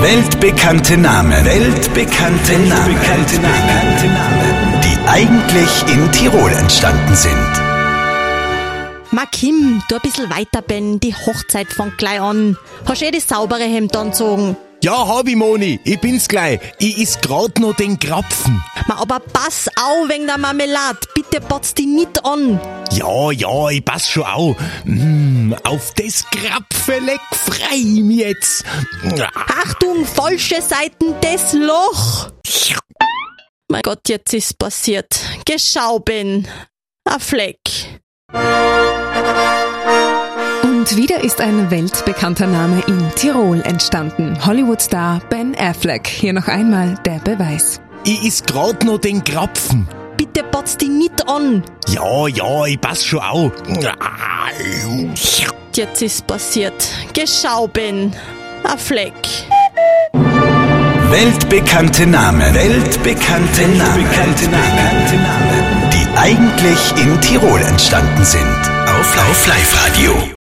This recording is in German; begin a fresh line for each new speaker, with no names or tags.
Weltbekannte Namen. Weltbekannte, Namen. Weltbekannte Namen. Die eigentlich in Tirol entstanden sind.
Makim, du ein bisschen weiter bin, die Hochzeit von gleich an. Hast eh das saubere Hemd anzogen.
Ja, hab ich, Moni. Ich bin's gleich. Ich is grad noch den Krapfen.
Ma, aber pass auf wegen der Marmelade. Bitte potz die nicht an.
Ja, ja, ich pass schon au. Mm, auf das Krapfeleck frei ich mich jetzt.
Achtung, falsche Seiten des Loch. Mein Gott, jetzt ist passiert. Geschau bin. Ein Fleck.
Und wieder ist ein weltbekannter Name in Tirol entstanden. Hollywood-Star Ben Affleck. Hier noch einmal der Beweis.
Ich is grad noch den Krapfen.
Bitte potz die nicht an.
Ja, ja, ich pass schon au.
Jetzt ist passiert. Geschau bin. Ein Fleck.
Weltbekannte Namen. Weltbekannte, Namen. Weltbekannte Namen. Die eigentlich in Tirol entstanden sind. Auf Lauf Live Radio.